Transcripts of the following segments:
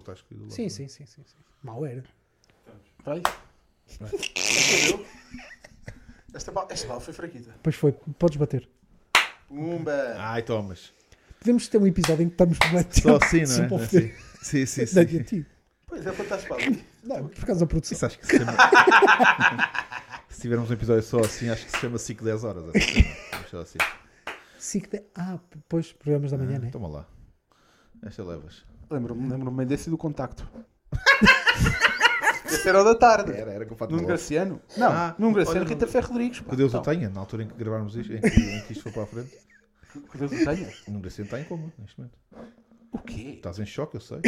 Estás caído lá. Sim, sim, sim, sim, sim. Mal era. Vai. Vai. Entendeu? Esta bala, esta bala foi fraquita. Pois foi, podes bater. Pumba! Ai, Thomas. Podemos ter um episódio em que estamos batendo. Só assim, não sempre é? ao feder. Sim, sim, sim. Dei-lhe a sim. ti. Pois é, quantas balas? Não, por causa da produção. Isso acho que se chama. se tivermos um episódio só assim, acho que se chama 5, 10 horas. essa cena. Vamos só assim. Sim, que tem- Ah, pois, programas da Ah, manhã, né? Toma lá. Esta levas. Lembro-me lembro bem desse do contacto. Esse era o da tarde. Era, era com o Fato Num Maluco. Graciano? Não, Ah, num Graciano olha, Rita Ferro Rodrigues. pá. Que Deus o Então, tenha, na altura em que gravarmos isto, em que, em que isto foi para a frente. Que Deus o tenha. O Num Graciano está em coma, neste momento. O quê? Estás em choque, eu sei.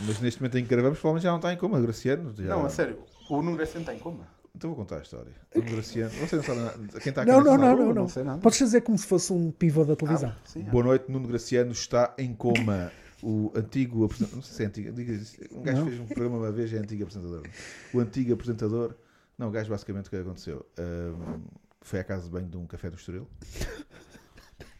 Mas neste momento em que gravamos, provavelmente já não está em coma. O Graciano. Já... Não, a sério. O Nuno Graciano está em coma. Então vou contar a história. O Nuno Graciano. Você não sabe nada. Quem está aqui Não, neste não, lado? não, não, não não. sei nada. Podes fazer como se fosse um pivô da televisão. Ah. Ah, Sim, é. Boa noite, Nuno Graciano está em coma. O antigo apresentador, não sei se é antigo, diga isso. um gajo fez um programa uma vez, é antigo apresentador. O antigo apresentador, não, o gajo basicamente o que aconteceu? Ahm, foi à casa de banho de um café do Estoril.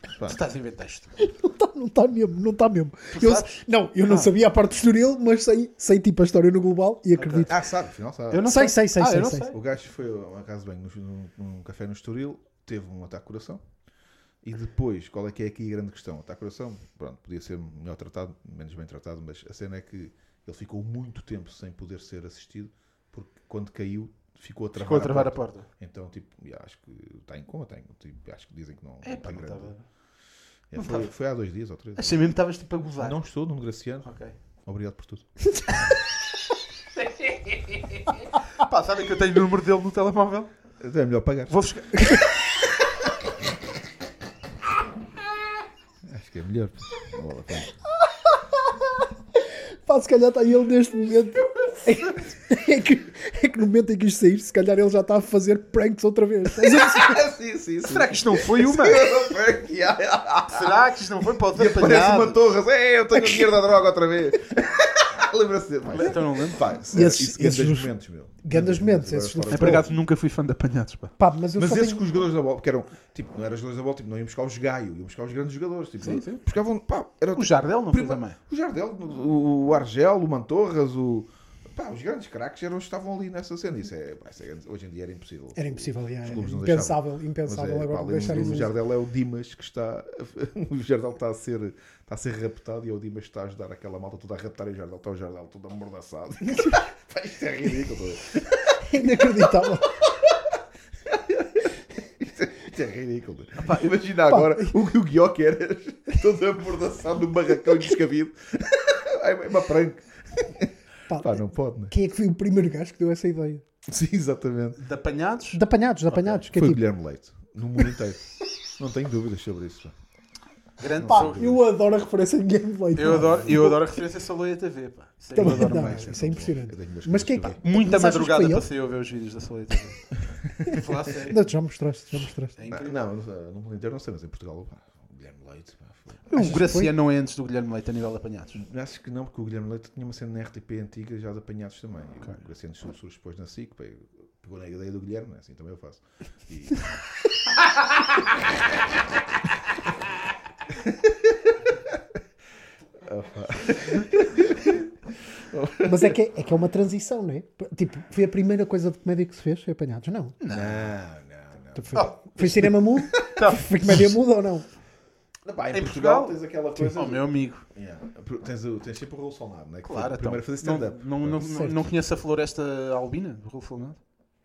Tu estás a inventar isto. Não está não tá mesmo, não está mesmo. Tu Eu, sabes? não, eu não Ah. sabia a parte do Estoril, mas sei, sei tipo a história no global e acredito. Ah, sabe, afinal sabe. Eu não Sei, sei, sei, Ah, sei, eu não sei. O gajo foi a uma casa de banho num, num café no Estoril, teve um ataque de coração. E depois, qual é que é aqui a grande questão? O ataque de coração, pronto, podia ser melhor tratado, menos bem tratado, mas a cena é que ele ficou muito tempo sem poder ser assistido, porque quando caiu, ficou a travar, Ficou a travar a porta. Então, tipo, já acho que está em coma, tem, tipo, acho que dizem que não, É, não pá, tem não grande. estava. É, não foi, tava. foi há dois dias ou três. Achei mesmo que estavas tipo a gozar. Não estou, Nuno Graciano. Ok. Obrigado por tudo. Ah, Pá, sabem que eu tenho o número dele no telemóvel? É melhor pagar. Vou buscar. Acho que é melhor. Olha lá, pá. Pá, se calhar está ele neste momento. É que, é que no momento em que isto sair, se calhar ele já está a fazer pranks outra vez. Ah, sim, sim, sim. Será que isto não foi ah. uma? Será que isto não foi para o Parece uma desapanhado? torre, é, eu tenho o dinheiro da droga outra vez. Lembra-se dele. Mas, Então não lembro. pá, E esses- isso, esses grandes dos- momentos, meu. grandes momentos, esses do agora fora É por de acaso nunca fui fã de apanhados, pá. Pá, mas eu mas só esses tenho... com os jogadores da bola, que eram, tipo, não eram os jogadores da bola, tipo, não iam buscar os gaio, iam buscar os grandes jogadores. Tipo, Sim, sim. Buscavam, pá, era O Jardel não foi Prima- também. O Jardel, o o Argel, o Mantorras, o. Pá, os grandes craques eram os que estavam ali nessa cena. Isso é, pá, isso é grande- hoje em dia era impossível. Era impossível, já, Os era clubes não impensável, deixavam. impensável Mas é, agora pá, não ali deixarem o isso. Jardel é o Dimas que está. O Jardel está a ser, está a ser raptado e é o Dimas que está a ajudar aquela malta toda a raptar e o Jardel está o Jardel todo amordaçado. Pá, Isto é ridículo. Inacreditável. Isto é ridículo. Imagina agora o que o Guioc era todo amordaçado num barracão descabido. É uma prank. Pá, Pá, não pode, né? Quem é que foi o primeiro gajo que deu essa ideia? Sim, exatamente. De apanhados? De apanhados, de apanhados. Que é Foi o tipo, Guilherme Leite, no mundo inteiro. Não tenho dúvidas sobre isso. pá. Grande pá, pessoa. eu adoro a referência de Game Leite. Eu adoro, eu adoro a referência Saloia TV, pá. Isso aí eu Também, adoro não, mais. isso é Eu tenho impressionante. umas Mas quem é coisas que- Muita mas achas que madrugada foi ele? passei a ver os vídeos da Saloia TV. Vou falar a sério. Não, tu já mostraste, já mostraste. É Não, incrível. não, não, no mundo inteiro não sei, mas em Portugal, pá, o Guilherme Leite. Pá, foi- Achas O que Graciano não é antes do Guilherme Leite a nível de apanhados. Acho que não, porque o Guilherme Leite tinha uma cena na RTP antiga já de apanhados também. E O Graciano Sul surge depois na SIC, pá, e pegou na ideia do Guilherme, né? assim também eu faço. E- Mas é que é, é que é uma transição, não é? Tipo, foi a primeira coisa de comédia que se fez, foi apanhados. Não. não, Então não, não. Foi, Ah, foi cinema mudo? Tá. Foi comédia muda ou não? Não, pá, em, Em Portugal, Portugal? tens aquela coisa. Oh, do- meu amigo. Yeah. Tens, o- tens sempre o Raul Solnado, né? que foi Claro, o primeiro a fazer então. stand-up. Não, não, não, não, Certo. não conheço a floresta albina do Rolf Leonardo?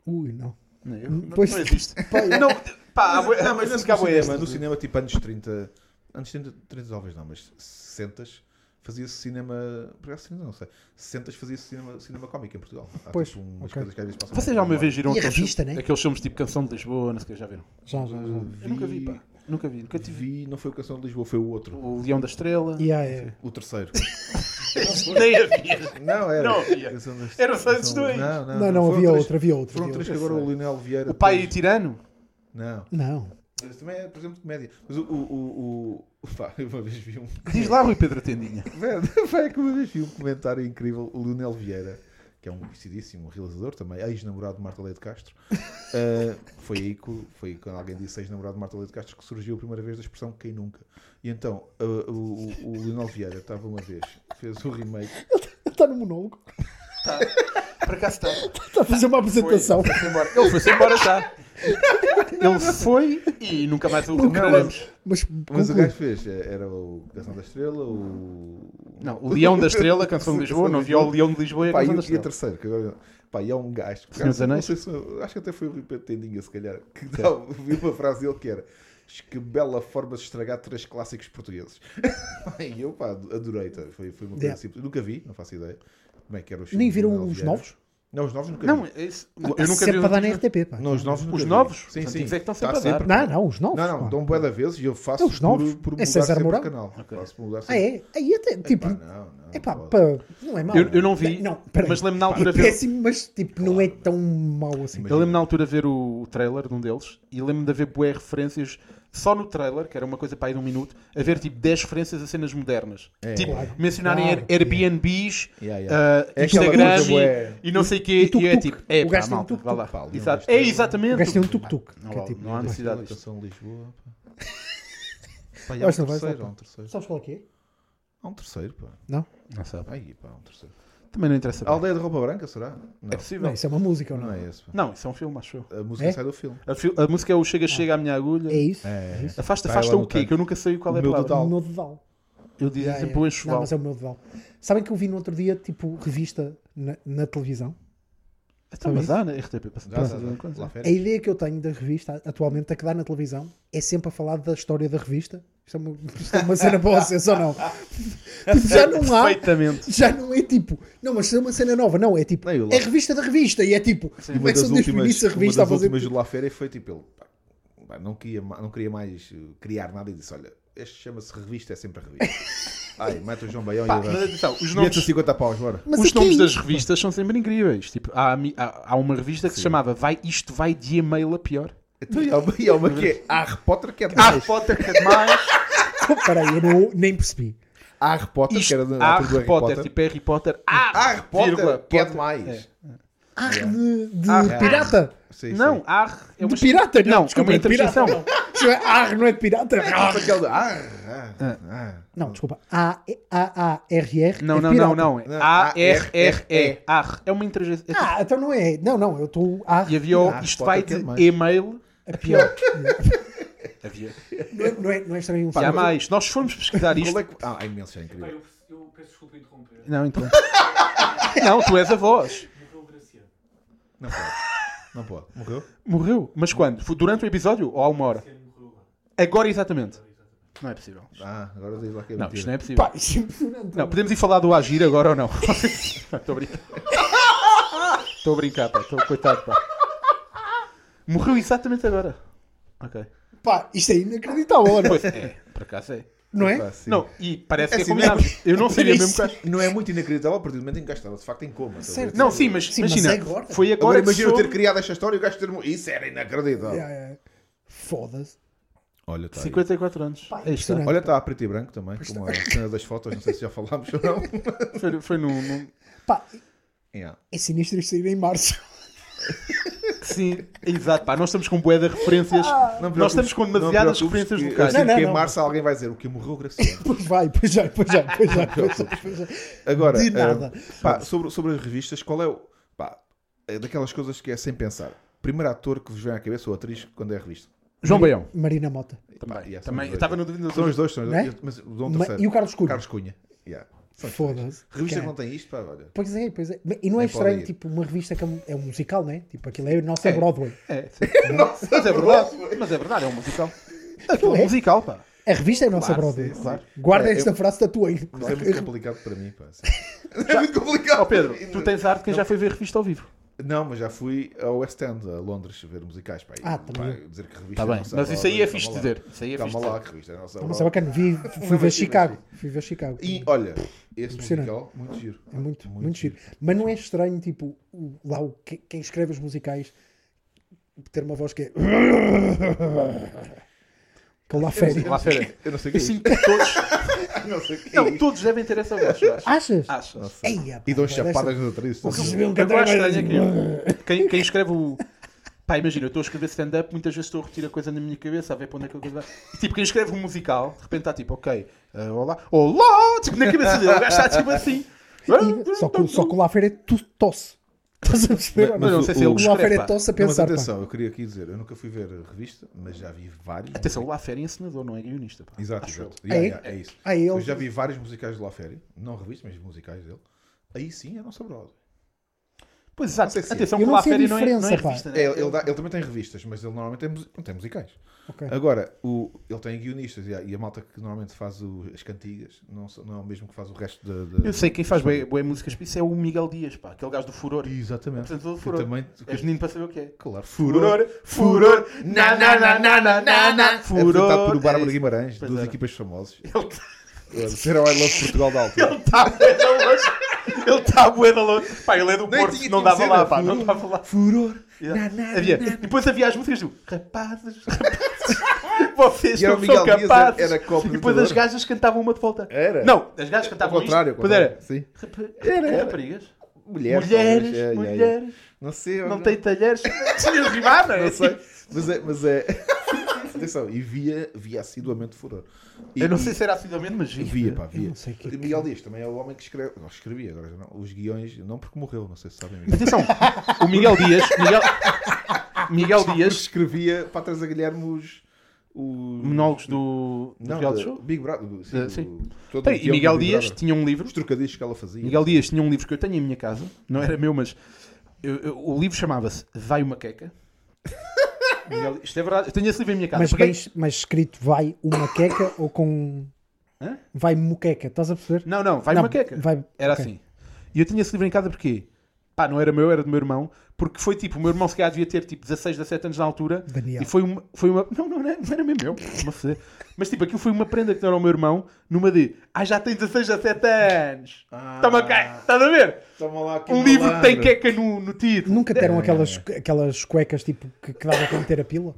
Ui, não. Não, eu- Hum, não- pois- não existe. não, pá, há boi- Não, há É, mas muito no que há boias cinema, no de- cinema, tipo anos 30, anos 30, 30 talvez não, mas 60 fazia-se cinema, por acaso 30 não sei, 60 fazia-se cinema, cinema cómico em Portugal. Há Pois, tipo umas ok. coisas que às vezes passam. Vocês já uma vez viram E a aqueles, revista, né? aqueles filmes tipo Canção de Lisboa, não sei o que, já viram? Já, já, já. Eu nunca vi, pá. Nunca vi, nunca tive. Vi, não foi o Canção de Lisboa, foi o outro, O Leão da Estrela. Yeah, é. o terceiro. Nem havia. Não, era. Não havia. Canção das- Eram só esses Canção- dois. um Não, não, Não, não, foram havia três- outra, havia outra. Foram havia três outra. que agora o Lionel Vieira. O Pai e depois- o Tirano. Não, Não. esse também é, por exemplo, de comédia. Mas o. o, o, o pá, eu uma vez vi um Diz lá, Rui Pedro Tendinha. Velho, vai que uma vez vi um comentário incrível, o Leonel Vieira, que é um conhecidíssimo realizador também, ex-namorado de Marta Leite de Castro. Ah, foi aí que foi quando alguém disse ex-namorado de Marta Leite de Castro que surgiu a primeira vez da expressão quem nunca. E então ah, o, o, o Lionel Vieira estava uma vez, fez o remake. Está tá no monólogo. Tá. Por acaso está. Está a fazer uma Foi, apresentação. foi-se embora. Ele foi-se embora já. Ele foi e nunca mais o recuperamos. Mas, Mas o conclui. gajo fez, eh, era o Canção da Estrela, o. Não, o Leão da Estrela, a canção de Lisboa, não viu o Leão de Lisboa e a Pá, e, canção o- e da a Estrela. terceira, que agora. Pá, e há um gajo. que- Senhor dos não Anéis? sei se- acho que até foi o Rui Pedro Tendinha, se calhar, que dá, vi uma frase dele que era. "Ux, Que bela forma de estragar três clássicos portugueses. e eu, pá, adorei. tá? Foi, foi uma coisa Yeah. simples. Nunca vi, não faço ideia. Como é que era os Nem filmes viram do Manuel os Vieira. novos? Não, os novos nunca Não, vi. esse, Tá eu nunca vi um sempre o para dar na Leão de Lisboa. RTP, pá. Não, os novos nunca Os vi. novos? Sim, Os sim. antigos é que estão Tá sempre a dar. Não, não, os novos. Não, não, pá. dão bué da vezes e eu faço É os novos. por, por É mudar César sempre Mourão? o canal. Faço por mudar Ah, sempre. é? Aí até, tipo, Pá, não, não. é pá, pode. não é mau. Eu, eu não vi, Não, peraí. mas lembro na altura É ver. péssimo, mas tipo, não é tão mau assim. Mas- Eu lembro na altura ver o o trailer de um deles e lembro-me de haver bué referências só no trailer, que era uma coisa para aí de um minuto, a ver tipo 10 referências a cenas modernas. É. tipo, Claro, mencionarem claro, Air- Airbnbs, Yeah, yeah. ah, É aquela Instagram coisa e, bué- e não sei o quê. tuk-tuk. E é tipo, é O pá, gajo tem um malta, tuk-tuk. vá Pá, o lá. Leão Exato. da É Estrela. exatamente. O gajo tem um tuk-tuk. Não que é vale, tipo- não há necessidade disto. Educação de Lisboa. Pá. Pá, e há um Acho que não vais terceiro, lá, há um terceiro. Sabes qual é que é? Há um terceiro, pá. Não? Não sabe. Ai, pá, há um terceiro. Também não interessa. A Aldeia de Roupa Branca, será? Não, É possível. Não, isso é uma música ou não não? é esse, pá. Não, isso é um filme, acho eu. A música É? sai do filme. A, fi- a música é o Chega, Chega à Minha Agulha. É isso? É. isso? Afasta, Vai afasta lá o no quê? canto. Que eu nunca sei qual é O meu a total. palavra. O meu dedal. Eu dizia Yeah, sempre yeah. o Não, enxoval. mas é o meu dedal. Sabem que eu vi no outro dia, tipo, revista na, na televisão? Então, mas há na RTP. passa- Já, já, passa- já. é É Lá A férias. ideia que eu tenho da revista, atualmente, a que dá na televisão, é sempre a falar da história da revista. Isto é uma, isto é uma cena para vocês ou não? Tipo, já não há. Perfeitamente. Já não é tipo, não, mas isso é uma cena nova, não, é tipo, Não, eu lá- é revista da revista, e é tipo, como Uma é das que são dois últimas, ministros a uma revista a das fazer. últimas do La Féria foi tipo ele. pá, pá, não, queria, ma- não queria mais eh, criar nada e disse: Olha, este chama-se revista, é sempre a revista. Ai, mete o João Baião e Pá, avança. mas atenção, os nomes, Mete 50 paus, bora. Mas é os aqui- nomes das revistas são sempre incríveis. Tipo, há, a mi- há- há uma revista que se chamava vai, Isto Vai de E-mail a Pior. Então, e há uma- e há uma que é Harry Potter, que é Harry demais. Potter que é demais. Peraí, eu não- nem percebi. Harry Potter, que Isto, era da altura do Ah, Harry Potter, tipo Harry Potter. Harry Harry Potter, vírgula, que é Potter. demais. Ah, de, de Ah, pirata? Sim, Não, Harry é uma De pirata? Não, Não, desculpa, é uma de pirata. interjeição. Não. Isso é ar, não é de pirata? Ah, Ar. aquele. Ah, ah, ah. Não, desculpa, A-A-R-R. Não, é não, pirata. não, não. Não, Ah, A-R-R-E. Ar. É uma interjeição. Ah, então não é. Não, não, eu estou ar. E havia o Ah. Harry Isto Vai Potter que de é demais. E-mail A pior. Havia. não, é, não, é, não é estranho um E há filme. mais. Nós fomos pesquisar isto. Qual é que... Ah, é imenso, é Pá, incrível. eu, eu peço desculpa interromper. Não, então. Não, tu és a voz. Morreu o Graciano. Não pode. Não pode. Morreu? Morreu. Mas quando? Foi durante o episódio ou há uma hora? Graciano morreu agora. Agora exatamente. Não é possível. Ah, agora diz lá que é Não, mentira. isto não é possível. Pá, isso é impressionante. Não, podemos ir falar do Agir agora ou não? Estou a brincar. Estou a brincar, pá. Estou coitado, pá. Morreu exatamente agora. Ok. Pá, isto é inacreditável, olha. Pois é, por acaso é. não é? Pá, sim. Não, e parece É que é assim, combinado. Eu não sabia Isso. mesmo que. Não é muito inacreditável a partir do momento em que o gajo estava de facto em coma. estás a ver? Certo. Não, sim, mas Sim, mas imagina. é agora. Foi agora, Agora que imagina eu soube- ter criado esta história e o gajo ter. mo- Isso era inacreditável. Yeah, yeah. Foda-se. Olha, tá aí. 54 anos. Pá, Aí está. impressionante. Olha, está a preto e branco também, como é a cena das fotos, não sei se já falámos ou não. Foi, foi num. num- Pá, Yeah. é sinistro isto sair em março. Sim, exato. Pá, nós estamos com bué de referências. Não preocupes, nós estamos com não demasiadas preocupes, referências que eu locais. sinto Não, não, que em não. março alguém vai dizer o que morreu Graciano. Pois vai, pois vai, pois vai, pois vai. Pois vai, pois vai. Agora, De eh, nada. pá, sobre, sobre as revistas, qual é o. Pá, é daquelas coisas que é sem pensar. Primeiro ator que vos vem à cabeça ou atriz quando é a revista. João Baião. Marina Mota. Pá, yeah, são os Também. Eu dois. estava no dúvida dos São outros. os dois, são os Não é? dois. Eu- Mas dou um Ma- terceiro. E o Carlos Cunha. Carlos Cunha. Yeah. São os dois. Foda-se. Revistas que não Cara. têm isto, pá, olha. Pois é, pois é. E não Nem é estranho, podem ir. tipo, uma revista que é um- é um musical, não é? Tipo, aquilo é a nossa É. Broadway. É, sim. mas é verdade. Mas é verdade, é um musical. Aquilo é um musical, pá. A revista é a nossa Claro, Broadway. sim, claro. Guarda É, esta frase, tatuem. Mas é muito complicado para mim, pá. assim. É muito complicado. Ó Pedro, tu tens arte de quem já foi ver revista ao vivo. Não, mas já fui ao West End, a Londres, ver musicais, pá. E, Ah, pá, também. dizer que revista Está é bem. nossa Mas isso aí Broadway, é fixe calma lá. dizer. Isso aí é fixe Calma lá, dizer. que revista é nossa Mas é Broadway. bacana. Vi, fui ver Chicago. Fui ver Chicago. assim. E olha, esse Impressionante. musical, muito giro. É muito, muito, giro. Mas não é estranho, tipo, o- lá o, que- quem escreve os musicais ter uma voz que é. Que ele lá fere. Lá fera. Eu não sei o que Eu é isto. sinto que todos, Não sei o que é não, isto. todos devem ter essa voz, eu acho. Achas? Acho. Nossa. Eia, E pá, dão pá, deixa- chapadas no atriz. Ou sabe? receber um Eu cantar gosto, agora é assim, que- Quem, quem escreve o. Pá, imagina, eu estou a escrever stand-up, muitas vezes estou a repetir a coisa na minha cabeça, a ver para onde é que eu quero E tipo, quem escreve um musical, de repente está tipo, ok, ah, olá, olá! Tipo, na cabeça dele, o gajo está tipo assim. E- Só que, só que o lá fere é tu tosse. Estás a perceber? Mas- Mas eu não o- sei se o- ele O lá escreve. fere pá. é tosse a Não, mas pensar. pá. atenção, eu queria aqui dizer, eu nunca fui ver a revista, mas já vi vários. Atenção, o Lafer é encenador, não é guionista. Pá. Exato, Acho exato. Ah, Yeah, é? yeah, é isso. Ah, ele- Eu já vi vários musicais de La Féria, não revistas, mas musicais dele. Aí sim é a nossa brother. eu. Pois exato, sei se é. atenção, Eu que o não sei a Lafer não é, não é diferença, pá. revista, né? É, ele, dá- ele também tem revistas, mas ele normalmente tem, musi- não tem musicais. Ok. Agora, o, ele tem guionistas e a, e a malta que normalmente faz o- as cantigas não, são- não é o mesmo que faz o resto da. da- Eu sei, quem faz boa, boa músicas para isso é o Miguel Dias, pá, aquele gajo do furor. Exatamente. Apresentador do Que furor. também- que- És menino para saber o que é. Claro, furor. furor, na na na na na na na, Furor. É por É Bárbara isso. Guimarães, Pois duas era. equipas famosas. Ele- Será o I Love Portugal da altura. Ele está bué da longe. Ele está bué da longe. Pá, ele é do Nem Porto. tinha Não dava cena, lá, pá. Não furor. dava lá. Furor. Yeah. Na, na, Havia. na. Depois havia as músicas do Rapazes, rapazes. Vocês E era não o são Miguel Dias, capazes. era- era copo e de depois tutor. as gajas cantavam uma de volta. Era? Não, as gajas Ao cantavam contrário. ao isto. Pois era. contrário. Sim. Rapa- Era, era. Raparigas. Mulheres. mulheres, talvez. É, é, é. mulheres. Não sei. Não eu- tem talheres. Tinha rimada. Não sei. Mas é. Mas é... Atenção, e via, via assiduamente furor. E- Eu não e- sei se era assim assiduamente, mas via. Via, pá, via. não sei o que é que- Miguel Dias também é o homem que escreve. Não, escrevia agora já não. Os guiões, não porque morreu, não sei se sabem. Miguel. Atenção, o Miguel Dias. Miguel, Miguel Dias. Escrevia para trazer Guilherme os. os- Monólogos do, do Não, reality da- show. Big Brother. Sim. Da- do- Ah, sim. todo Peraí, o e guião Miguel do Big Dias Brother. tinha um livro. Os trocadilhos que ela fazia. Miguel Dias tinha um livro que eu tenho em minha casa. Não era meu, mas eu- eu- o livro chamava-se Vai uma queca. Miguel- isto é verdade. Eu tenho esse livro em minha casa. é Mas, Peguei- bem, mas escrito vai uma queca ou com. Hã? Vai muqueca, estás a perceber? Não, não. Vai Não, uma queca. vai- Era ok. assim. E eu tinha esse livro em casa porque... Pá, não era meu, era do meu irmão. Porque foi tipo... O meu irmão se calhar devia ter tipo 16, 17 anos na altura. Daniel. E foi uma... Foi uma não, não, não era, não era mesmo meu. Uma fe- Mas tipo, aquilo foi uma prenda que deram ao meu irmão. Numa de... Ah, já tem 16, 17 anos. Ah. Toma cá. Estás a ver? Toma lá aqui, Um livro que tem malandro. queca no, no título. Nunca deram aquelas, aquelas cuecas tipo que, que dava para meter a pila?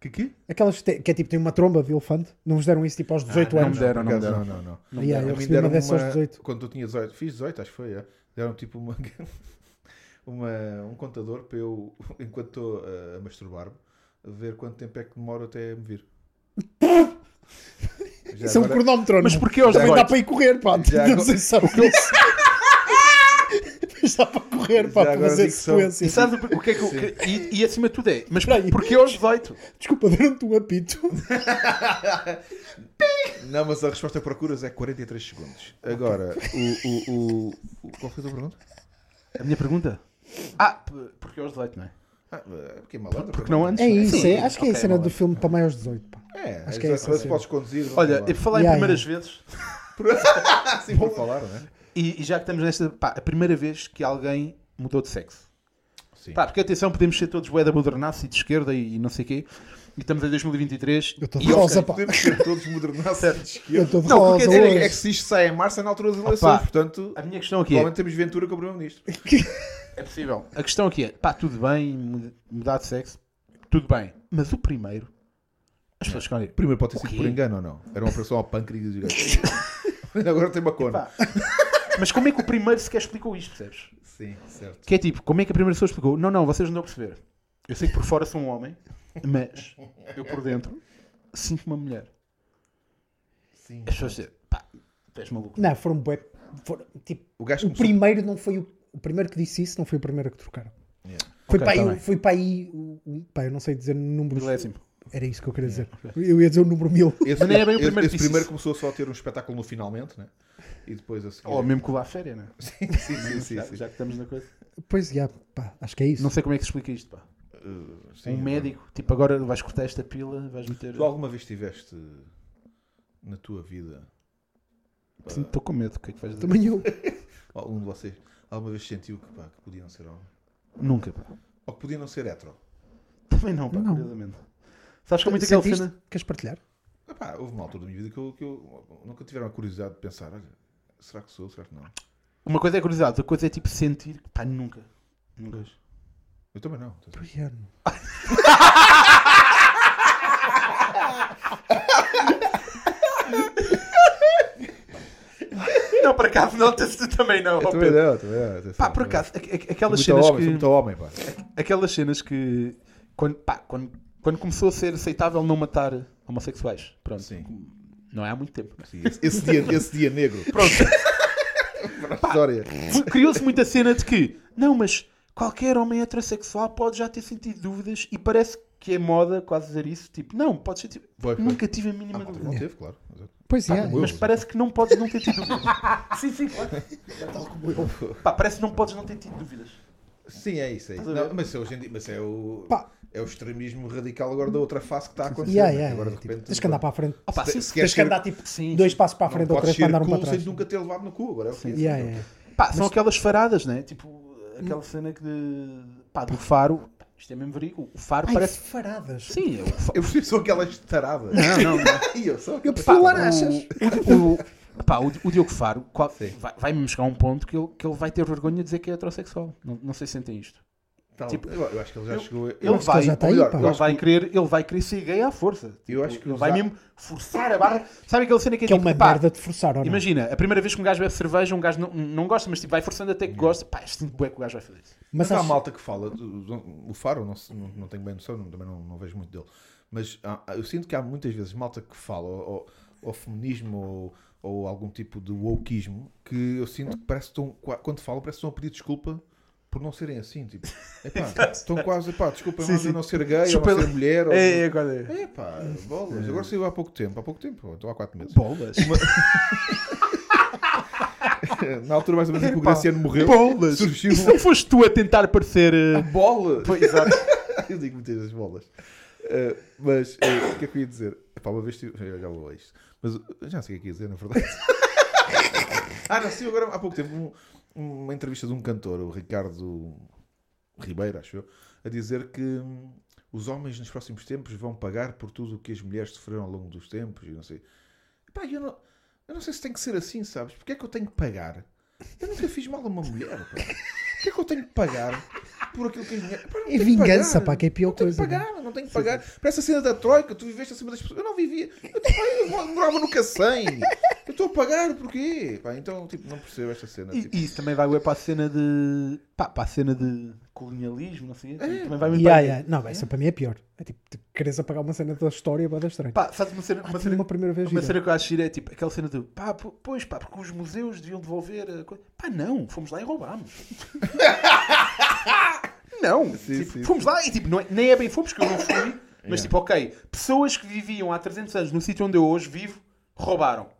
Que quê? Aquelas te- que é tipo tem uma tromba de elefante? Não vos deram isso tipo aos 18 Ah, não anos? me deram. Por acaso, não, não, não, não. Yeah, A eu mim recebi deram uma dessas aos 18. Quando eu tinha 18, fiz 18, acho que foi, é. Deram tipo uma, uma- um contador para eu, enquanto estou uh, a masturbar-me, ver quanto tempo é que demoro até me vir. Já Isso é um agora- cronómetro, Mas não? porquê aos Também 18? dá para ir correr, pá. Já não agora- sei se sabes disso. Mas dá para correr, pá, Já para agora fazer digo só- sequência. E sabes o o que é que, o que- e, e acima de tudo é, mas Espera aí. porquê aos 18? Desculpa, deram-te um apito. Não, mas a resposta que procuras é 43 segundos. Agora, o, o, o- o- Qual foi a tua pergunta? A minha pergunta? Ah, p- porquê aos 18, não é? Ah, é porque é malandro. Porque não antes? É isso, Sim, é, acho que é a ok, cena do malandro. filme para maiores 18, pá. É, Acho acho que que é isso, sim. podes conduzir. Olha, eu falar em Yeah, primeiras vezes, Ah, assim por falar, não é? e, e já que estamos nesta, pá, a primeira vez que alguém mudou de sexo. Sim. Pá, porque atenção, podemos ser todos bué da modernaço e de esquerda e, e não sei o quê, e estamos em 2023. Eu estou e de eu- rosa, pá. Podemos ser todos modernados de esquerda. Eu estou de Não, porque rosa quer dizer, hoje. É que se isto sai em março é na altura das eleições, Opa. portanto, A minha questão aqui é, provavelmente temos Ventura como Primeiro-Ministro. é possível, a questão aqui é, pá, tudo bem mu- mudar de sexo, tudo bem, mas o primeiro, as pessoas ficam a dizer, Primeiro pode ter O sido quê? por engano ou não? Era uma operação ao pâncreas e os gajos. Agora tem uma cona. Pá. Mas como é que o primeiro sequer explicou isto, percebes? Sim, certo. Que é tipo, como é que a primeira pessoa explicou? Não, não, vocês não estão a perceber. Eu sei que por fora sou um homem, mas eu por dentro sinto uma mulher. Sim. As pessoas dizem, pá, tu és maluco. Não, foram bué. foram, tipo, O gajo o começou... primeiro não foi o, o primeiro que disse isso, não foi o primeiro que trocaram. Yeah. Foi, Ok, para tá aí, bem. é foi para aí, o- o- pá, eu não sei dizer números. Milésimo. Era isso que eu É. queria dizer. Eu ia dizer o número mil. Esse, Mas nem é bem o esse- primeiro que esse disse primeiro isso. começou só a ter um espetáculo no finalmente, né? E depois a seguir. Ou mesmo que lá à férias, né? Sim, sim, sim. sim, já, sim. já que estamos na coisa. Pois, já, pá, acho que é isso. Não sei como é que se explica isto, pá. Uh, sim, um agora- médico, tipo, agora vais cortar esta pila, vais meter. Tu alguma vez tiveste na tua vida, Sim, Estou com medo, o que é que vais dizer? Também eu. algum um de vocês, alguma vez sentiu que, pá, que podia não ser homem? Nunca, pá. Ou que podia não ser hetero? Também não, pá, Não. curiosamente. Sabes como é aquela Sentiste? cena? Queres partilhar? Ah, pá, houve uma altura da minha vida que eu, que eu nunca tiveram a curiosidade de pensar, olha, será que sou, será que não? Uma coisa é curiosidade, outra coisa é tipo sentir, pá, nunca. Nunca. Eu também não. Briano. Não, por acaso, nota-se também não. Eu ó também Pedro. não, também não. atenção. Pá, por acaso, a- a- aquelas Sou muito cenas homem, sou que. muito homem, pá. aquelas cenas que quando, pá, quando, quando começou a ser aceitável não matar homossexuais, pronto, Sim. não é há muito tempo. Sim, esse, esse dia, esse dia negro. Pronto. História. Fu- Criou-se muita cena de que, não, mas qualquer homem heterossexual pode já ter sentido dúvidas e parece que é moda quase dizer isso, tipo, não, podes ser tipo, Pois, pois. nunca tive a Ah, mínima malta, dúvida. não teve, claro. Pois é. como eu. Mas parece que não podes não ter tido dúvidas. sim, sim, claro. Pá, parece que não podes não ter tido dúvidas. Sim, é isso. É isso. Estás a ver? Não, mas é hoje em dia- mas é o, Pá. é o extremismo radical agora da outra face que está a acontecer. Yeah, né? yeah, agora, yeah, de tipo, repente, tens que andar para a frente. Opa, Se- sim, se Tens que ser- andar tipo sim, dois sim. passos para a frente ou Podes três ser para andar um para cool sem trás. nunca ter levado no cu. Agora é o fim. Yeah, yeah, yeah. Pá, são aquelas faradas, né? Tipo, aquela cena que de. Pá, do faro. Pá, Isto é mesmo verídico. O faro Ai, parece. faradas. Sim, é o faro. Eu prefiro só aquelas taradas. Não, não, não. E eu só. Eu prefiro laranjas. O, o, pá, o, o Diogo Faro qual- Sim. vai- vai-me chegar a um ponto que ele, que ele vai ter vergonha de dizer que é heterossexual. Não, não sei se sentem isto. Tal- tipo, Tá eu, eu acho que ele já eu- chegou. eu- Eu, Acho que ele já está aí, Melhor, pá. eu Ele acho vai, querer, ele vai querer ser gay à força. Tipo, acho que ele os vai a- mesmo forçar a barra. Sabe aquela cena que é, Que é tipo, uma pá, merda de forçar, ou não? Imagina, a primeira vez que um gajo bebe cerveja, um gajo não, não gosta, mas tipo, vai forçando até que gosta. Pá, eu sinto bué que o gajo vai fazer isso. Mas Mas há acho- malta que fala, do- o Faro, não, se- não, não tenho bem noção, não- também não, não vejo muito dele, mas há- eu sinto que há muitas vezes malta que fala ou, ou- ou feminismo ou, ou algum tipo de wokeismo que eu sinto que parece que estão, qua- quando falam, parece que estão a pedir desculpa por não serem assim. Tipo, epá, estão quase, epá, desculpa, Sim, mas sim. eu não ser gay, Desculpa, ou não ser mulher. Ou, É, é, qual é? Epá, bolas, agora saiu há pouco tempo, há pouco tempo, estou há quatro meses. Bolas. Na altura, mais ou menos, em que o Epá, Graciano morreu, Bolas. surgiu Isso não foste tu a tentar parecer. eh, bola. exato. eu digo muitas vezes bolas. Uh, mas uh, o que é que eu ia dizer? Epá, uma vez tive. eu Já vou a isto. Mas uh, eu já sei o que é que ia dizer, na verdade. ah, não, sim, agora há pouco tempo um- uma entrevista de um cantor, o Ricardo Ribeiro, acho eu, a dizer que hum, os homens nos próximos tempos vão pagar por tudo o que as mulheres sofreram ao longo dos tempos e não sei. Epá, eu não, eu não sei se tem que ser assim, sabes? Porque é que eu tenho que pagar? Eu nunca fiz mal a uma mulher, pá. Porquê é que eu tenho que pagar por aquilo que as mulheres. Pá, não É tenho que vingança, pagar. pá, que é a pior Não tenho que coisa, não é? pagar pagar, não tenho que pagar. Para essa cena da Troika, tu viveste acima das pessoas. Eu não vivia. Eu, tipo, ai, eu morava no Cacém. Eu estou a pagar, porquê? Pá, então, tipo, não percebo esta cena. E, tipo. e isso também vai bué para a cena de. pá, para a cena de colonialismo, não É. sei. Também vai muito Yeah, para aí. yeah. Não, bem, isso para mim é pior. É tipo, tu queres apagar uma cena da história, vai dar estranho. Pá, sabes uma cena, uma Tive cena, Ah, uma primeira vez uma gira. cena que eu acho gira é tipo aquela cena de pá, po- pois pá, porque os museus deviam devolver a coisa. Pá, não, fomos lá e roubámos. não, Sim, tipo, sim, fomos lá e tipo, não é- nem é bem fomos que eu não fui, mas tipo, ok, pessoas que viviam há 300 anos no sítio onde eu hoje vivo, roubaram.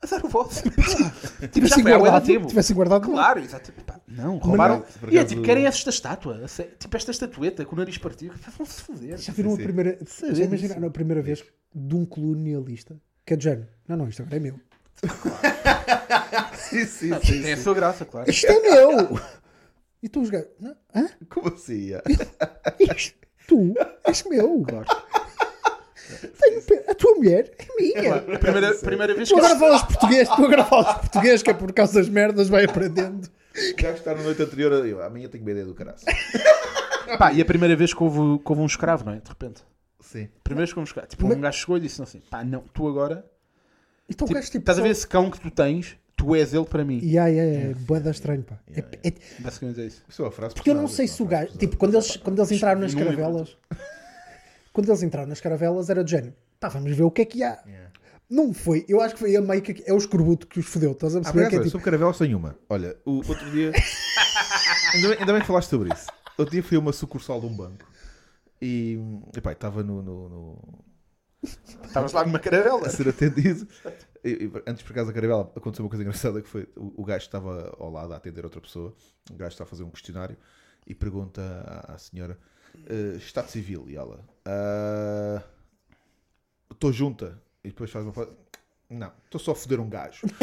Azar o vosso. tipo, já Tivessem foi há bué de guardado, tempo. tivessem guardado, não. Claro, exato. Tipo, pá, não, roubaram. não, por e é acaso- tipo, querem esta estátua, a sé- tipo esta estatueta com o nariz partido. Pá, Vão-se foder. Já viram a sim. primeira. Sim, Já sim. imaginaram a primeira vez de um colonialista que é de género. Não, não, isto agora é meu. Sim, sim, sim, Tem É a sim. sua graça, claro. Isto é meu! E tu os gajos. "Não, Hã? Como assim? é? Isto, tu és meu! Tenho pe- a tua mulher é minha! A primeira, primeira vez que Tu agora falas português, tu agora falas português, que é por causa das merdas, vai aprendendo. O gajo está na noite anterior. Eu, amanhã tenho medo é do caraço. Pá, e a primeira vez que houve, que houve um escravo, não é? De repente. Sim. Primeira vez que houve um escravo. Tipo, um gajo chegou e disse assim: pá, não, tu agora. Então o Tipo, gajo tipo. estás a só- ver esse cão que tu tens, tu és ele para mim. Ya, ya, ya, é boeda estranho, pá. É- é- Basicamente é isso. Isso é uma frase porque eu pesada, não é sei isso se é o uma frase gajo. Tipo, pesada. quando eles, quando eles entraram nas Não lembro. caravelas. Quando eles entraram nas caravelas, era do género. Tá, vamos ver o que é que há. Yeah. Não foi. Eu acho que foi a meio que. É o escorbuto que os fodeu. Estás a Ah, perceber? mas que é, olha, tipo, sobre caravelas sem uma. Olha, o outro dia. ainda, bem, ainda bem que falaste sobre isso. Outro dia fui a uma sucursal de um banco e. hum, Epá, estava no- no- no, Estavas lá numa caravela. a ser atendido. E- e antes por acaso da Carabela aconteceu uma coisa engraçada que foi o, o gajo estava ao lado a atender outra pessoa, o gajo está a fazer um questionário e pergunta à, à senhora eh, Estado Civil e ela "Eh, estou junta e depois faz uma coisa não, estou só a foder um gajo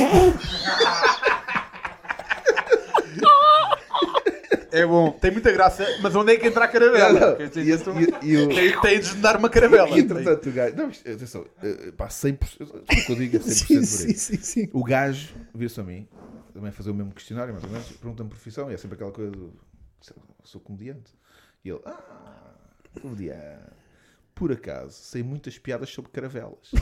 É bom, tem muita graça, mas onde é que entra a caravela? E- Quer e- dizer, tu- e- e o- Tem tem de desnudar uma caravela. e entretanto o gajo não, isto- atenção, eh, pá, 100% o que eu digo é 100% tipo, sim, verídico. sim, sim, sim. O gajo vira-se a mim, também a fazer o mesmo questionário, mais ou menos, pergunta-me profissão, e é sempre aquela coisa do. sei lá, Sou comediante. E ele, ah, comediante. por acaso, sei muitas piadas sobre caravelas.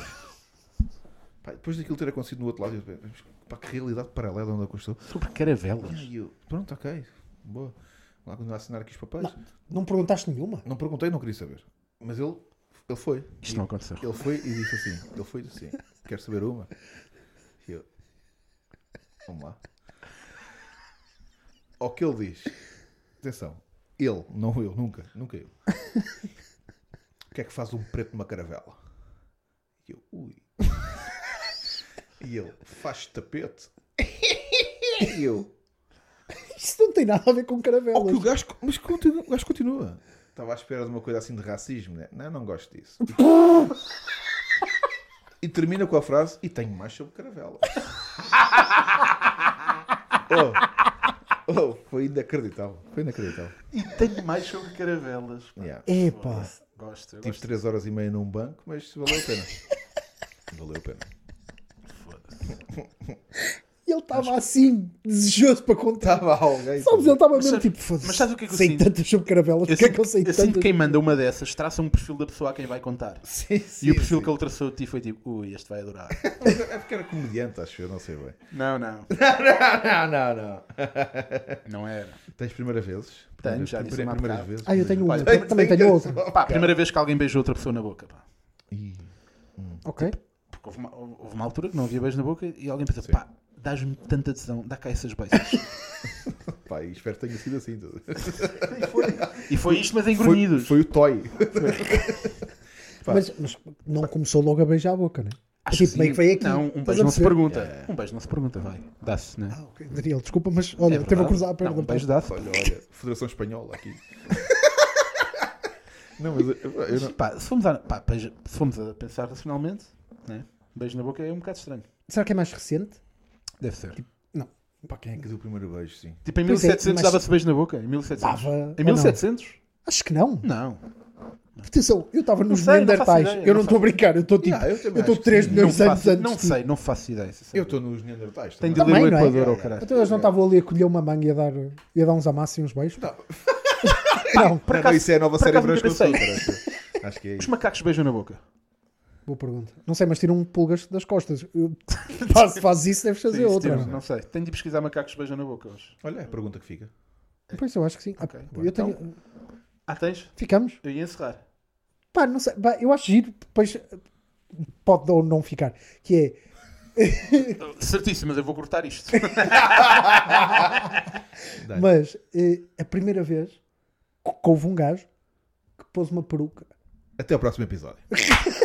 Pá, depois daquilo ter acontecido no outro lado, eu, mas, pá, que realidade paralela onde eu estou. Sobre caravelas. E eu, pronto, ok, boa. Lá quando eu assinar aqui os papéis. Não, Não perguntaste nenhuma? perguntei, não queria saber. Mas ele, ele foi. Isto não aconteceu. Ele foi e disse assim: ele foi e disse assim, quer saber uma? E eu, vamos lá. Ao que ele diz, atenção, ele, não eu, nunca, nunca eu. O que é que faz um preto numa caravela? E eu, ui. E ele, faz tapete. E eu, Isso não tem nada a ver com ao Oh, que o caravelas. gajo, mas continua, o gajo continua. Estava à espera de uma coisa assim de racismo, né? Não, não gosto disso. e termina com a frase: E tenho mais sobre caravela. oh, oh, foi inacreditável. Foi inacreditável. E tenho mais sobre caravelas. pá. Yeah. Epá, Gosto, eu Tive Tipo, gosto. 3 horas e meia num banco, mas valeu a pena. Valeu a pena. e ele estava assim, desejoso para contar. Estava alguém. Sabes, ele estava Mas mesmo sabe- tipo, foda-se. mas sabes o que é que eu sei sinto? tantas sobre caravelas, Eu porque é que eu sei sinto, eu tantas? sinto que quem manda uma dessas traça um perfil da pessoa a quem vai contar. Sim, sim, e o perfil sim. que ele traçou de ti foi tipo, ui, este vai adorar. É porque era comediante, acho eu, não sei bem. não, não. Não, não, não. Não era. Tens primeira vezes? Tenho, já Primeira- disse há primeiras bocado. vezes? Ah, eu tenho uma, Olha, também- também tenho outra. Pá, a primeira vez que alguém beijou outra pessoa na boca, pá. Ih. é- Ok. Porque houve uma, houve uma altura que não havia beijo na boca e alguém pensou, pá, dás-me tanta tesão, dá cá essas beijas. Pá, e espero que tenha sido assim. tudo. e foi isto, mas Foi, engrunhidos. foi o Toy. Pá. Mas, mas não começou logo a beijar a boca, né? Acho tipo, que meio sim. que foi aqui. Não, um Estás beijo a não se perceber? pergunta. É. Um beijo não se pergunta, vai. Dá-se, né? Ah, ok. Daniel, desculpa, mas olha, É teve a verdade. cruzar a perna. Não, um beijo dá-se. Olha, olha, Federação Espanhola aqui. Não, mas eu, eu não. Pá, se formos a, pá, beijo- se formos a pensar racionalmente, né? beijo na boca é um bocado estranho. Será que é mais recente? Deve ser. Tipo, Não. Para quem é que Quer dizer, o primeiro beijo, sim. em Pois é, 1700 mas- dava-se beijo na boca? Em 1700? Dava, Em ou não? 1700? Acho que não. Não. Atenção, eu estava nos sei, não faço Neandertais. ideia, eu não não estou a brincar, eu estou tipo. Yeah, eu também eu estou acho que 3 sim. Não, milhões de anos faço, antes. não disso. sei, não faço ideia. Eu sinceramente. estou nos Neandertais. Tenho de também. ler o Também, não é? Equador, ao Yeah, caralho. Então eles não estavam ali a colher uma manga e a dar, e a dar uns amassos e uns beijos? Não. Não, Não, acaso- isso é a nova por série acaso nunca Brancos com pensei. Açúcar, acho. Acho que é Os isso. macacos beijam na boca. boa pergunta. Não sei, mas tiram um pulgas das costas. Eu- Pá, se fazes isso, deves fazer Sim, se outra. temos, né? não? não sei. Tenho de pesquisar macacos beijam na boca hoje. Olha, é a pergunta que fica. Pois eu acho que sim. Ah, Ok, eu tenho- Ah, tens? Ficamos? Eu ia encerrar. Pá, não sei. Pá, eu acho giro, depois pode ou não ficar. Que é. Certíssimo, mas eu vou cortar isto. Dá-lhe. Mas eh, a primeira vez que houve um gajo que pôs uma peruca Até o próximo episódio.